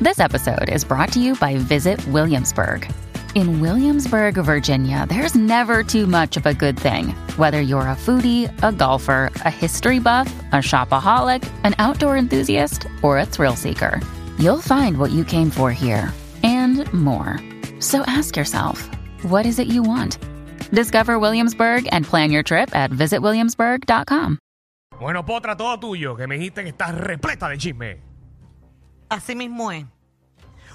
This episode is brought to you by Visit Williamsburg. In Williamsburg, Virginia, there's never too much of a good thing. Whether you're a foodie, a golfer, a history buff, a shopaholic, an outdoor enthusiast, or a thrill seeker, you'll find what you came for here and more. So ask yourself, what is it you want? Discover Williamsburg and plan your trip at visitwilliamsburg.com. Bueno, Potra, todo tuyo, que me dijiste que estás repleta de chisme. Así mismo es.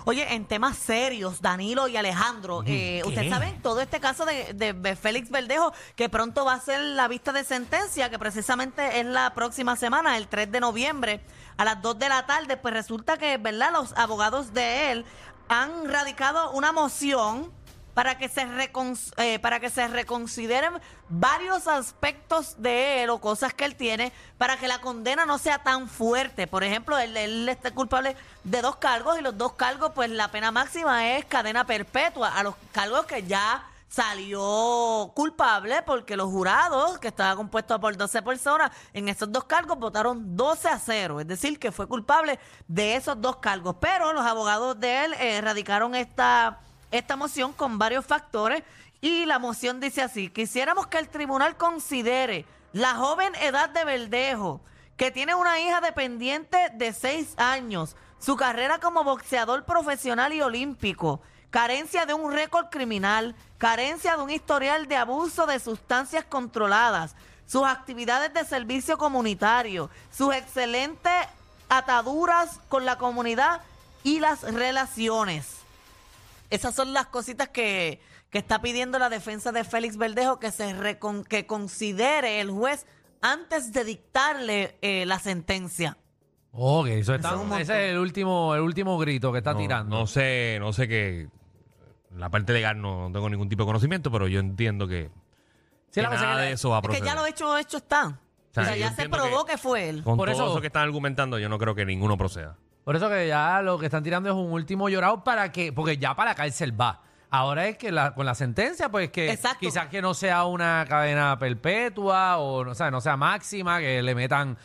Oye, en temas serios, Danilo y Alejandro, eh, ustedes saben todo este caso de, de- de Félix Verdejo, que pronto va a ser la vista de sentencia, que precisamente es la próxima semana, el 3 de noviembre, a las 2 de la tarde, pues resulta que, ¿verdad? Los abogados de él han radicado una moción para que se recon- eh, para que se reconsideren varios aspectos de él o cosas que él tiene para que la condena no sea tan fuerte. Por ejemplo, él, él está culpable de dos cargos y los dos cargos, pues la pena máxima es cadena perpetua a los cargos que ya salió culpable porque los jurados, que estaba compuesto por 12 personas, en esos dos cargos votaron 12 a 0, es decir, que fue culpable de esos dos cargos. Pero los abogados de él eh, radicaron esta esta moción con varios factores y la moción dice así, quisiéramos que el tribunal considere la joven edad de Verdejo, que tiene una hija dependiente de seis años, su carrera como boxeador profesional y olímpico, carencia de un récord criminal, carencia de un historial de abuso de sustancias controladas, sus actividades de servicio comunitario, sus excelentes ataduras con la comunidad y las relaciones. Esas son las cositas que, que está pidiendo la defensa de Félix Verdejo que se recon- que considere el juez antes de dictarle eh, la sentencia. Ok, Oh, eso está- Eso es un montón. ese es el último, el último grito que está no, tirando. No sé, no sé qué. La parte legal no, no tengo ningún tipo de conocimiento, pero yo entiendo que, Sí, que la cosa nada que de la- eso va a Es que proceder. ya lo hecho, hecho está. O sea, sea, yo ya se entiendo probó que- que, fue él. Con Por todo eso... eso- que están argumentando, yo no creo que ninguno proceda. Por eso que ya lo que están tirando es un último llorado para que, porque ya para la cárcel va. Ahora es que la- con la sentencia, pues que Exacto. quizás que no sea una cadena perpetua o no, o sea, no sea máxima, que le metan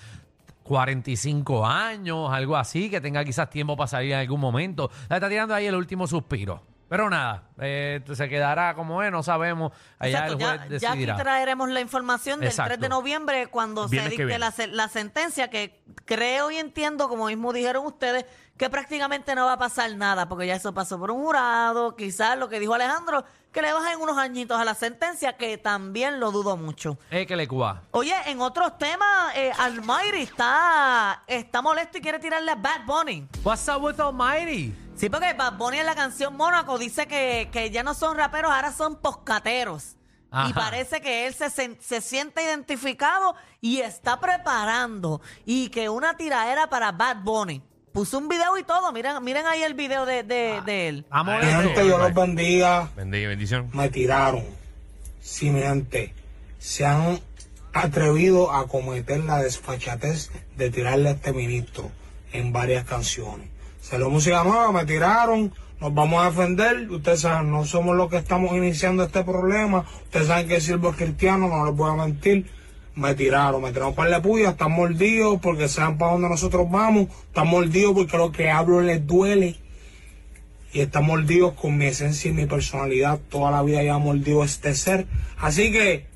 45 años, algo así, que tenga quizás tiempo para salir en algún momento. La está tirando ahí el último suspiro. Pero nada, eh, se quedará como es, no sabemos. Allá Exacto, el juez ya, ya aquí decidirá. traeremos la información del 3 de Exacto. noviembre cuando se Viernes que dicte viene. la, se- la sentencia que creo y entiendo, como mismo dijeron ustedes, que prácticamente no va a pasar nada porque ya eso pasó por un jurado, quizás lo que dijo Alejandro, que le bajen unos añitos a la sentencia, que también lo dudo mucho. Eh, que le cuá. Oye, en otros temas, eh, Almighty está, está molesto y quiere tirarle a Bad Bunny. What's up with Almighty? Sí, porque Bad Bunny en la canción Mónaco dice que, que ya no son raperos, ahora son poscateros. Y Ajá. parece que él se, sen- se siente identificado y está preparando. Y que una tiraera para Bad Bunny. Puso un video y todo. Miren, miren ahí el video de, de- de él. Amo Ay, esto. ay, Gente, yo los bendiga. Bendiga y bendición. Me tiraron. Sí, mi gente. Se han atrevido a cometer la desfachatez de tirarle a este ministro en varias canciones. Se lo música nueva, me tiraron. Nos vamos a defender. Ustedes saben, no somos los que estamos iniciando este problema. Ustedes saben que Silvio es cristiano, no les voy a mentir. Me tiraron, me tiraron para la puya, están mordidos porque saben para dónde nosotros vamos. Están mordidos porque lo que hablo les duele y está mordido con mi esencia y mi personalidad. Toda la vida ya mordido este ser. Así que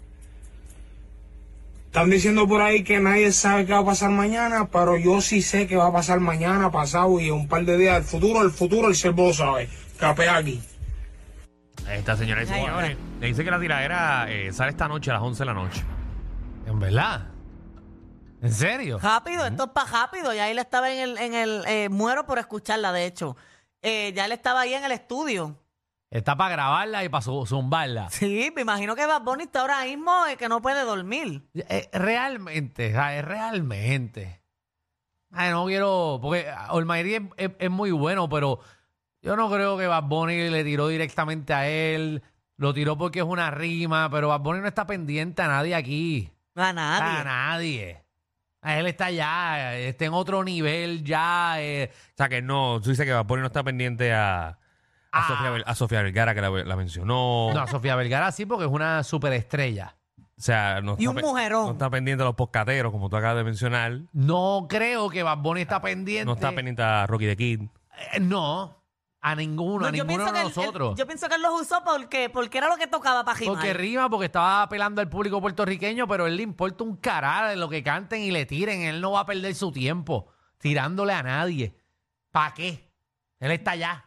están diciendo por ahí que nadie sabe qué va a pasar mañana, pero yo sí sé qué va a pasar mañana, pasado y en un par de días. El futuro, el futuro, el siervo lo sabe. Capé aquí. Ahí está, señores y Ay, señores. Le dice que la tiradera eh, sale esta noche a las 11 de la noche. ¿En verdad? ¿En serio? Rápido, esto es para rápido. Ya él estaba en el... En el eh, muero por escucharla, de hecho. Eh, ya él estaba ahí en el estudio. Está para grabarla y para zu- zumbarla. Sí, me imagino que Bad Bunny está ahora mismo eh, que no puede dormir. Eh, realmente, ¿sabes? Realmente. Ay, no quiero. Porque Olmairi es, es- es muy bueno, pero yo no creo que Bad Bunny le tiró directamente a él. Lo tiró porque es una rima, pero Bad Bunny no está pendiente a nadie aquí. A nadie. A nadie. A él está allá, está en otro nivel ya. eh, O sea que no, tú dices que Vapori no está pendiente a, a, Ah. Sofía, Vel- a Sofía Vergara, que la, la mencionó. No, Sofía Vergara sí, porque es una superestrella. O sea, no Y está un pe- mujerón. No está pendiente a los poscateros, como tú acabas de mencionar. Ah, No creo que Bad Bunny está pendiente. No está pendiente a Rocky de Kid. Eh, no, a ninguno, a No, yo ninguno pienso de que él- él- nosotros. yo pienso que él los usó porque, porque era lo que tocaba para rimar. porque rima, porque estaba apelando al público puertorriqueño, pero él le importa un carajo de lo que canten y le tiren. Él no va a perder su tiempo tirándole a nadie. ¿Para qué? Él está allá.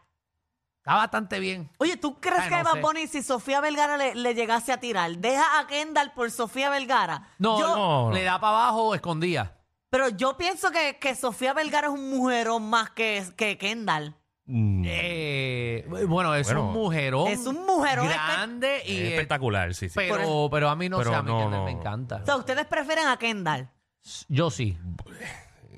Está bastante bien. Oye, ¿tú crees Ay, que no Bad sé. Bunny, si Sofía Vergara le, le llegase a tirar, deja a Kendall por Sofía Vergara? No, Yo- no, le da para abajo escondida. Pero yo pienso que, que Sofía Vergara es un mujerón más que, que Kendall. Mm, Eh, bueno, es Bueno. un mujerón. Es un mujerón grande y es eh, espectacular, sí, sí. pero, pero a mí no Pero sé, a mí no, Kendall no. me encanta. O sea, ustedes prefieren a Kendall. Yo sí.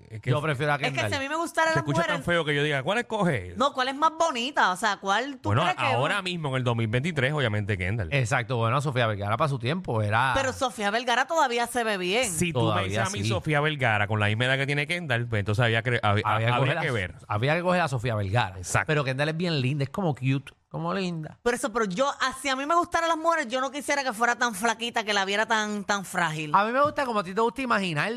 Es que Yo prefiero a Es que Kendall. si a mí me gustaran se las escucha tan mujeres. feo que yo diga, ¿cuál escoge? No, ¿cuál es más bonita? O sea, ¿cuál tú bueno, crees que.? ahora mismo, en el 2023, obviamente Kendall. Exacto, bueno, Sofía Vergara para su tiempo era... Pero Sofía Vergara todavía se ve bien. si tú me Todavía dices a mí sí. Sofía Vergara con la misma edad que tiene Kendall, pues entonces había, que- hab- Ah, había, habría coger a- que ver. Había que coger a Sofía Vergara. Exacto. Pero Kendall es bien linda, es como cute, como linda. Por eso, pero yo, ah, si a mí me gustaran las mujeres, yo no quisiera que fuera tan flaquita, que la viera tan, tan frágil. A mí me gusta como a ti te gusta imaginar.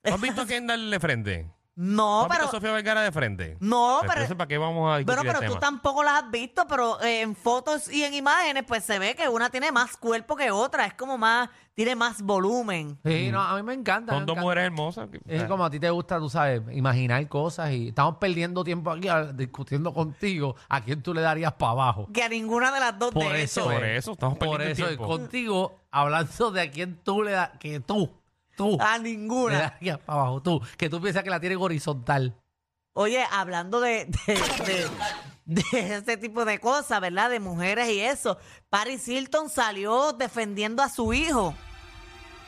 ¿Tú ¿Has visto a Kendall de frente? ¿Tú No, ¿Has visto a pero. Sofía Vergara de frente? No, Pues pero. Entonces, ¿para qué vamos a discutir Bueno, pero el tú tema? tampoco las has visto, pero eh, en fotos y en imágenes, pues se ve que una tiene más cuerpo que otra. Es como más. Tiene más volumen. Sí, no, a mí me encanta. Son me dos encanta. mujeres hermosas. Es como a ti te gusta, tú sabes, imaginar cosas y estamos perdiendo tiempo aquí ah, discutiendo contigo a quién tú le darías para abajo. Que a ninguna de las dos Por de eso, hecho. Por es. eso, estamos Por perdiendo el eso es tiempo. contigo hablando de a quién tú le das, que tú, tú, A le ninguna. darías para abajo, tú, que tú piensas que la tienes horizontal. Oye, hablando de, de, de- de ese tipo de cosas, ¿verdad? De mujeres y eso. Paris Hilton salió defendiendo a su hijo.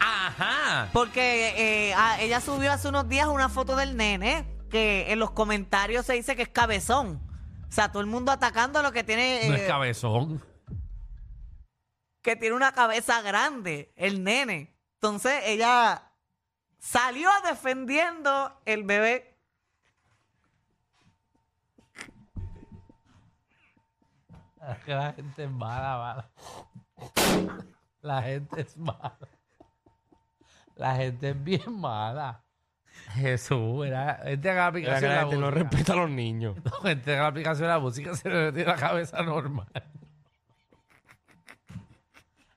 Ajá. Porque eh, a- ella subió hace unos días una foto del nene que en los comentarios se dice que es cabezón. O sea, todo el mundo atacando a lo que tiene, No eh, es cabezón. que tiene una cabeza grande, el nene. Entonces ella salió defendiendo el bebé. La gente es mala, mala. La gente es mala. La gente es bien mala. Jesús, era, este la Era aplicación que de la la gente no música. respeta a los niños. Gente de la aplicación de la música se le metió la cabeza normal.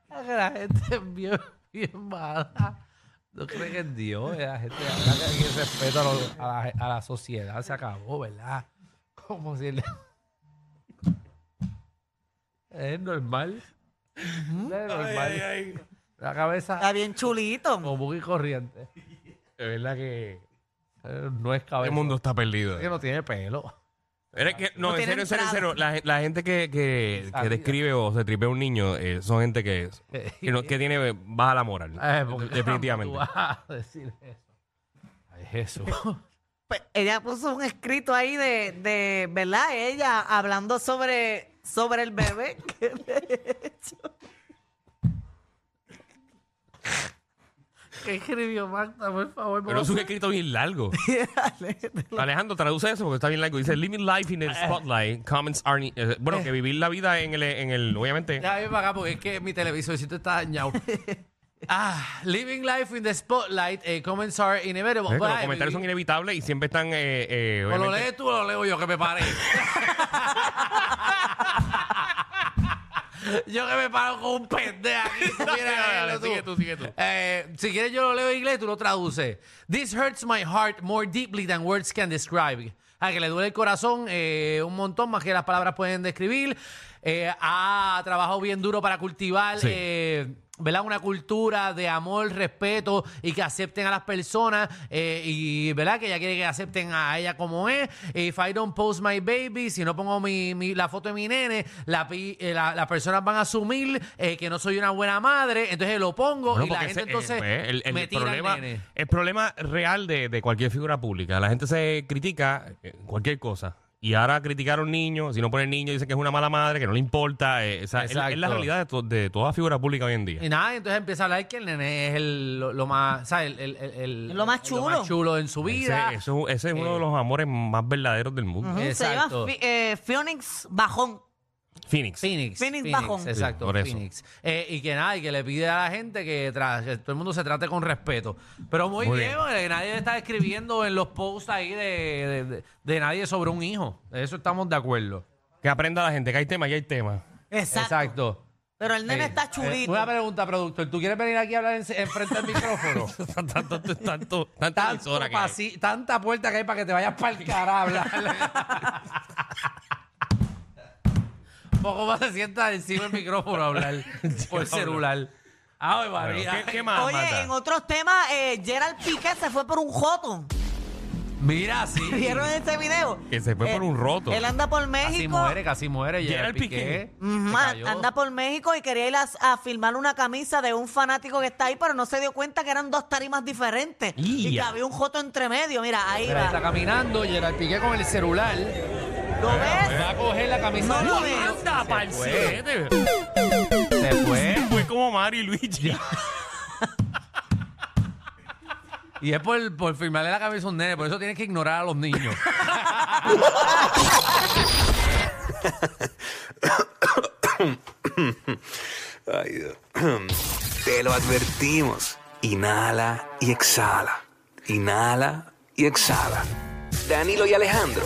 Es que La gente es bien, bien mala. No creen en Dios. eh, La gente ahora que hay respeto a, los- a la, a la sociedad se acabó, ¿verdad? Como si le- Es normal. Es normal. La cabeza Está bien chulito. común y corriente. Es verdad que Eh, No es el cabeza. mundo está perdido. Es que no tiene pelo. Eres que, no, No en serio, tienen en serio, en serio. La, la gente que, que, que Sabía. describe o se tripea a un niño eh, son gente que, que, no- que tiene eh, baja la moral. Eh, porque definitivamente. Ah, ¿cómo tú vas a decir eso? Ay, Jesús. Pues, ella puso un escrito ahí de, de ¿verdad? Ella hablando sobre, sobre el bebé. que le- ¿Qué escribió Magda? Por favor, Pero es un escrito bien largo. Alejandro, traduce eso porque está bien largo. Dice, living life in the Ah. spotlight, comments are... eh, bueno, que vivir la vida en el... En el obviamente... ¿eh? Ya ven para acá porque es que mi televisorcito está dañado. Ah, living life in the spotlight, eh, comments are inevitable. eh, que los Ay, comentarios son vivir- inevitables y siempre están... Eh, eh, o Pues lo obviamente- lees tú o lo leo yo, que me pare. yo que me paro con un pendejo aquí. si quieres Dale, leerlo sigue tú, sigue tú. Eh, si quieres, yo lo leo en inglés, tú lo traduces. This hurts my heart more deeply than words can describe. A que le duele el corazón eh, un montón más que las palabras pueden describir. Eh, ha trabajado bien duro para cultivar. Sí. eh, ¿verdad? Una cultura de amor, respeto y que acepten a las personas eh, y ¿verdad? que ella quiere que acepten a ella como es. If I don't post my baby, si no pongo mi, mi- la foto de mi nene, la, pi- eh, la- las personas van a asumir eh, que no soy una buena madre, entonces lo pongo Bueno, y la porque gente ese- entonces eh, el, el me tira problema, el nene. el problema real de, de cualquier figura pública. La gente se critica eh, cualquier cosa. Y ahora criticar a un niño, si no pone el niño, dicen que es una mala madre, que no le importa. eh, o sea, es, es la Exacto. realidad de, to- de toda figura pública hoy en día. Y nada, entonces empieza a hablar que el nene es el, lo, lo más, ¿sabes? El, el- el- el- Lo más Lo chulo. más chulo en su vida. eh, Ese, eso- ese es uno de los amores más verdaderos del mundo. Ujú, Se Exacto. llama Fi- eh, Phoenix Bajón. Phoenix. Phoenix. Phoenix Bajón. Sí, Exacto, por eso. Phoenix. Eh, y que nada, y que le pide a la gente que, tra- que todo el mundo se trate con respeto. Pero muy, Muy bien, bien. porque nadie está escribiendo en los posts ahí de, de- de- de nadie sobre un hijo. De eso estamos de acuerdo. Que aprenda la gente, que hay tema, que hay tema. Exacto. Pero el nene Eh, está eh, chulito. una pregunta, productor. ¿Tú quieres venir aquí a hablar en, enfrente del micrófono? tanto, tanto, tanto, tanta Tanto emisora que hay. pasi- tanta puerta que hay para que te vayas para el cara a hablar. Poco más se sienta encima del micrófono a hablar por celular. Ay, María. ¿Qué, qué más, Oye, Amanda? en otros temas, eh, Gerald Piqué se fue por un joto. Mira, sí. ¿Vieron ese video? Que se fue Eh, por un roto. Él anda por Casi México. muere, casi muere. Gerard Gerard Piqué. Piqué. Ujú, Se cayó. anda por México y quería ir a, a filmar una camisa de un fanático que está ahí, pero no se dio cuenta que eran dos tarimas diferentes. Y que Ya. había un joto entre medio. Mira, ahí Mira, está va. caminando Gerard Piqué con el celular. ¿Lo ves? Va a coger la camisa. No lo de- ve. Anda, pa'l fue. siete. Se fue. Fue Pues, como Mario y Luigi. Y es por, por firmarle la cabeza a un nene, por eso tienes que ignorar a los niños. Ay, Dios. Te lo advertimos. Inhala y exhala. Inhala y exhala. Danilo y Alejandro,